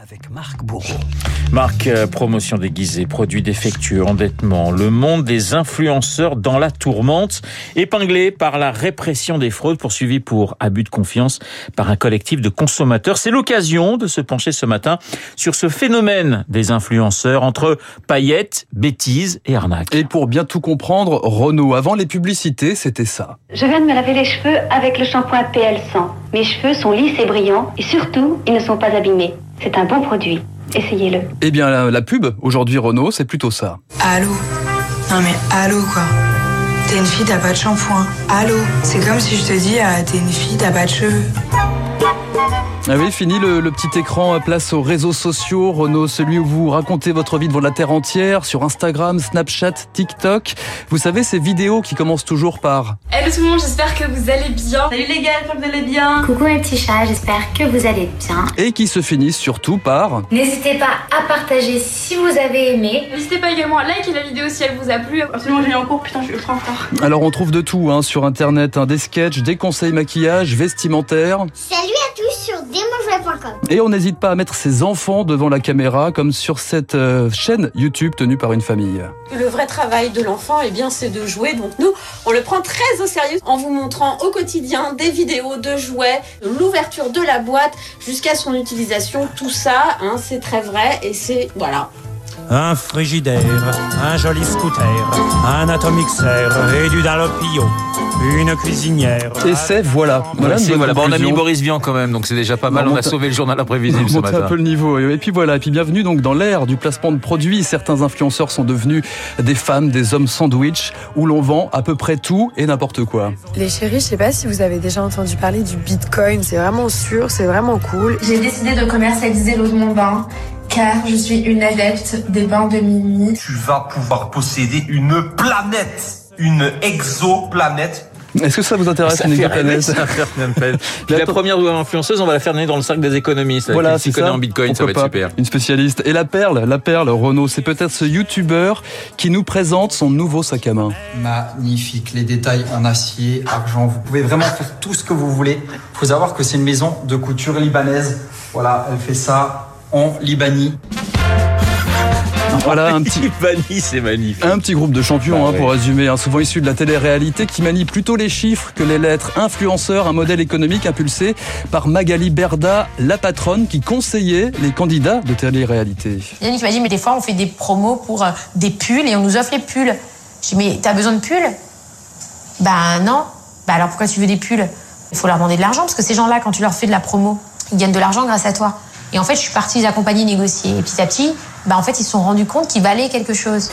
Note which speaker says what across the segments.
Speaker 1: avec Marc Bourreau.
Speaker 2: Marc, euh, promotion déguisée, produits défectueux, endettement, le monde des influenceurs dans la tourmente, épinglé par la répression des fraudes, poursuivi pour abus de confiance par un collectif de consommateurs. C'est l'occasion de se pencher ce matin sur ce phénomène des influenceurs entre paillettes, bêtises et arnaques.
Speaker 3: Et pour bien tout comprendre, Renault, avant les publicités, c'était ça.
Speaker 4: Je viens de me laver les cheveux avec le shampoing PL100. Mes cheveux sont lisses et brillants et surtout, ils ne sont pas abîmés. C'est un bon produit. Essayez-le.
Speaker 3: Eh bien, la, la pub, aujourd'hui Renault, c'est plutôt ça.
Speaker 5: Allô Non mais allô quoi T'es une fille, t'as pas de shampoing. Allô C'est comme si je te dis, ah, t'es une fille, t'as pas de cheveux.
Speaker 3: Ah oui, fini le, le petit écran, euh, place aux réseaux sociaux, Renault, celui où vous racontez votre vie devant la terre entière, sur Instagram, Snapchat, TikTok. Vous savez, ces vidéos qui commencent toujours par
Speaker 6: Hello tout le monde, Eh, j'espère que vous allez bien. Salut les gars, j'espère que vous allez bien.
Speaker 7: Coucou mes petits chats, j'espère que vous allez bien.
Speaker 3: et qui se finissent surtout par
Speaker 7: N'hésitez pas à partager si vous avez aimé.
Speaker 6: N'hésitez pas également à liker la vidéo si elle vous a plu. Absolument, j'ai en cours, putain, je suis ultra en retard.
Speaker 3: Alors on trouve de tout hein, sur internet, hein, des sketchs, des conseils maquillage, vestimentaires,
Speaker 8: Salut à tous sur démojouet.com.
Speaker 3: et on n'hésite pas à mettre ses enfants devant la caméra comme sur cette euh, chaîne YouTube tenue par une famille.
Speaker 9: Le vrai travail de l'enfant, eh bien, c'est de jouer. Donc nous, on le prend très au sérieux en vous montrant au quotidien des vidéos de jouets, de l'ouverture de la boîte jusqu'à son utilisation. Tout ça, hein, c'est très vrai et c'est voilà.
Speaker 1: Un frigidaire, un joli scooter, un atomixer et du dalopio, une cuisinière.
Speaker 3: Et c'est voilà. Voilà une
Speaker 10: Merci,
Speaker 3: bonne
Speaker 10: voilà. Bon, on a mis
Speaker 3: conclusion.
Speaker 10: Boris Vian quand même, donc c'est déjà pas mal.
Speaker 3: On
Speaker 10: On, a
Speaker 3: monte-
Speaker 10: sauvé le journal imprévisible ce
Speaker 3: Monter un
Speaker 10: matin.
Speaker 3: peu le niveau. Et puis voilà, et puis bienvenue donc dans l'ère du placement de produits. Certains influenceurs sont devenus des femmes, des hommes sandwich, où l'on vend à peu près tout et n'importe quoi.
Speaker 11: Les chéris, je sais pas si vous avez déjà entendu parler du Bitcoin, c'est vraiment sûr, c'est vraiment cool.
Speaker 5: J'ai décidé de commercialiser l'eau de mon bain car je suis une adepte des bains de Mimi.
Speaker 12: tu vas pouvoir posséder une planète, une exoplanète
Speaker 3: Est-ce que Ah, ça vous intéresse,
Speaker 10: Ça
Speaker 3: une
Speaker 10: fait
Speaker 3: exoplanète
Speaker 10: rêver, ça fait rêver. Puis la
Speaker 3: attends-
Speaker 10: première influenceuse, on va la faire donner dans le cercle des économistes.
Speaker 3: Voilà,
Speaker 10: si
Speaker 3: c'est
Speaker 10: connaît
Speaker 3: ça.
Speaker 10: en bitcoin, ça va être
Speaker 3: Pourquoi pas.
Speaker 10: super.
Speaker 3: Une spécialiste. Et la perle, la perle, Renaud, c'est peut-être ce youtubeur qui nous présente son nouveau sac à main.
Speaker 12: Magnifique, les détails en acier, argent, vous pouvez vraiment faire tout ce que vous voulez. faut savoir que c'est une maison de couture libanaise. Voilà, elle fait ça en Libanie.
Speaker 3: Voilà un petit.
Speaker 10: Vanille, c'est magnifique.
Speaker 3: Un petit groupe de champions,
Speaker 10: Bah
Speaker 3: hein,
Speaker 10: ouais.
Speaker 3: pour résumer, hein, souvent issus de la télé-réalité, qui manie plutôt les chiffres que les lettres. Influenceur, un modèle économique impulsé par Magali Berda, la patronne, qui conseillait les candidats de télé-réalité.
Speaker 5: Yannick m'a dit, mais des fois on fait des promos pour euh, des pulls et on nous offre les pulls. J'ai dit, mais t'as besoin de pulls Bah non. Bah alors pourquoi tu veux des pulls Il faut leur demander de l'argent parce que ces gens-là, quand tu leur fais de la promo, ils gagnent de l'argent grâce à toi. Et en fait, je suis partie les accompagner négocier. Et petit à petit, bah en fait, ils se sont rendus compte qu'ils valaient quelque chose.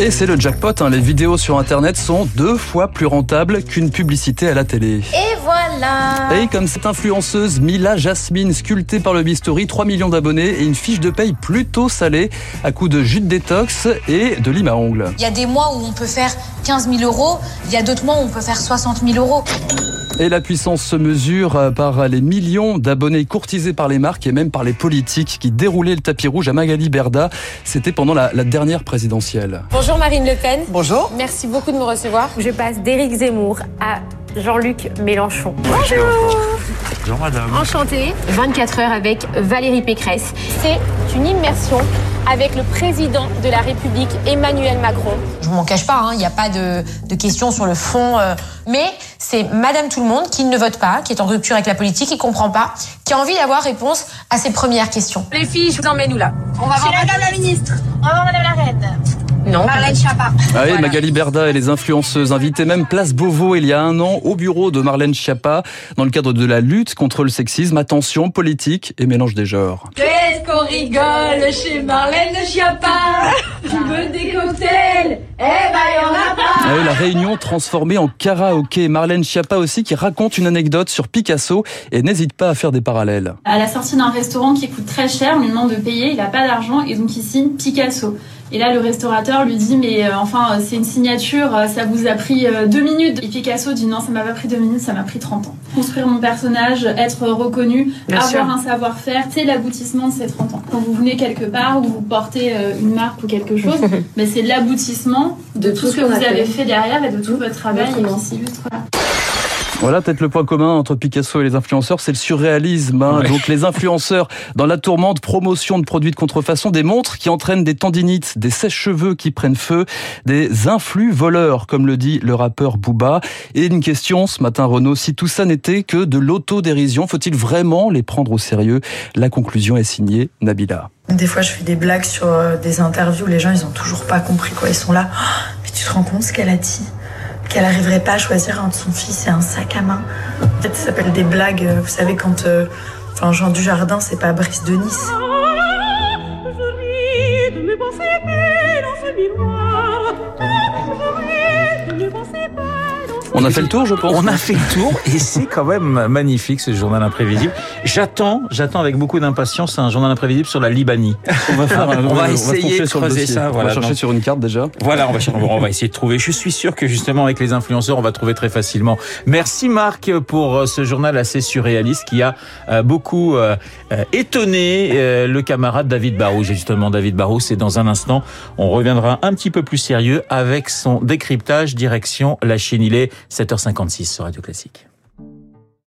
Speaker 3: Et c'est le jackpot, hein, les vidéos sur Internet sont deux fois plus rentables qu'une publicité à la télé.
Speaker 7: Et voilà
Speaker 3: Et comme cette influenceuse Mila Jasmine, sculptée par le Bistory, 3 millions d'abonnés et une fiche de paye plutôt salée à coups de jus de détox et de lime à ongles.
Speaker 5: Il y a des mois où on peut faire 15 000 euros, il y a d'autres mois où on peut faire 60 000 euros.
Speaker 3: Et la puissance se mesure euh, par les millions d'abonnés courtisés par les marques et même par les politiques qui déroulaient le tapis rouge à Magali Berda. C'était pendant la, la dernière présidentielle.
Speaker 6: Bonjour Marine Le Pen.
Speaker 3: Bonjour.
Speaker 6: Merci beaucoup de me recevoir.
Speaker 8: Je passe d'Éric Zemmour à Jean-Luc Mélenchon.
Speaker 2: Bonjour madame.
Speaker 8: Enchanté, 24 heures avec Valérie Pécresse.
Speaker 6: C'est une immersion avec le président de la République, Emmanuel Macron.
Speaker 5: Je m'en cache pas, hein, il n'y a pas de, de questions sur le fond. euh, mais c'est Madame Tout le Monde qui ne vote pas, qui est en rupture avec la politique, qui comprend pas, qui a envie d'avoir réponse à ses premières questions.
Speaker 6: Les filles, je vous emmène où là On va voir Madame la ministre. On va voir Madame la reine.
Speaker 5: Non.
Speaker 6: Marlène Schiappa.
Speaker 3: Ah oui,
Speaker 6: Voilà.
Speaker 3: Magali Berda et les influenceuses invitées même Place Beauvau il y a un an au bureau de Marlène Schiappa dans le cadre de la lutte contre le sexisme. Attention, politique et mélange des genres.
Speaker 6: Qu'est-ce qu'on rigole chez Marlène Schiappa Tu veux des cocktails Eh ben, il y en a pas
Speaker 3: Ah oui, la réunion transformée en karaoké. Marlène Schiappa aussi qui raconte une anecdote sur Picasso et n'hésite pas à faire des parallèles.
Speaker 6: À la sortie d'un restaurant qui coûte très cher, on lui demande de payer, il n'a pas d'argent et donc il signe Picasso. Et là, le restaurateur lui dit Mais euh, enfin, euh, c'est une signature, euh, ça vous a pris euh, deux minutes. Et Picasso dit Non, ça m'a pas pris deux minutes, ça m'a pris 30 ans. Construire mon personnage, être reconnu,
Speaker 11: Bien
Speaker 6: avoir
Speaker 11: sûr.
Speaker 6: un savoir-faire, c'est l'aboutissement de ces 30 ans. Quand vous venez quelque part ou vous portez euh, une marque ou quelque chose, mais c'est l'aboutissement de tout, ce que vous avez fait derrière et de tout votre travail et qui s'illustre.
Speaker 3: Voilà peut-être le point commun entre Picasso et les influenceurs, c'est le surréalisme. hein.
Speaker 13: Ouais.
Speaker 3: Donc les influenceurs, dans la tourmente, promotion de produits de contrefaçon, des montres qui entraînent des tendinites, des sèches-cheveux qui prennent feu, des influx voleurs, comme le dit le rappeur Booba. Et une question ce matin, Renaud, si tout ça n'était que de l'autodérision, faut-il vraiment les prendre au sérieux La conclusion est signée Nabila.
Speaker 14: Des fois, je fais des blagues sur euh, des interviews, les gens, ils ont toujours pas compris quoi. Ils sont là. Ah, mais tu te rends compte ce qu'elle a dit Qu'elle arriverait pas à choisir entre son fils et un sac à main. Peut-être ça s'appelle des blagues, euh, vous savez, quand. euh, Enfin, Jean du Jardin, c'est pas Brice de Nice.
Speaker 3: On a fait le tour, je pense.
Speaker 10: On a fait le tour et c'est quand même magnifique ce journal imprévisible. J'attends, j'attends avec beaucoup d'impatience un journal imprévisible sur la Libanie.
Speaker 3: On va, faire,
Speaker 10: on va essayer
Speaker 3: pencher
Speaker 10: de
Speaker 3: sur le
Speaker 10: creuser
Speaker 3: dossier.
Speaker 10: ça.
Speaker 3: On
Speaker 10: Voilà,
Speaker 3: va chercher
Speaker 10: donc-
Speaker 3: sur une carte déjà.
Speaker 10: Voilà, on va, chercher- on va essayer de trouver. Je suis sûr que justement avec les influenceurs, on va trouver très facilement. Merci Marc pour euh, ce journal assez surréaliste qui a euh, beaucoup euh, euh, étonné euh, le camarade David Barou. J'ai justement David Barou, c'est dans un instant. On reviendra un petit peu plus sérieux avec son décryptage direction la Chine. Il est 7h56 sur Radio Classique.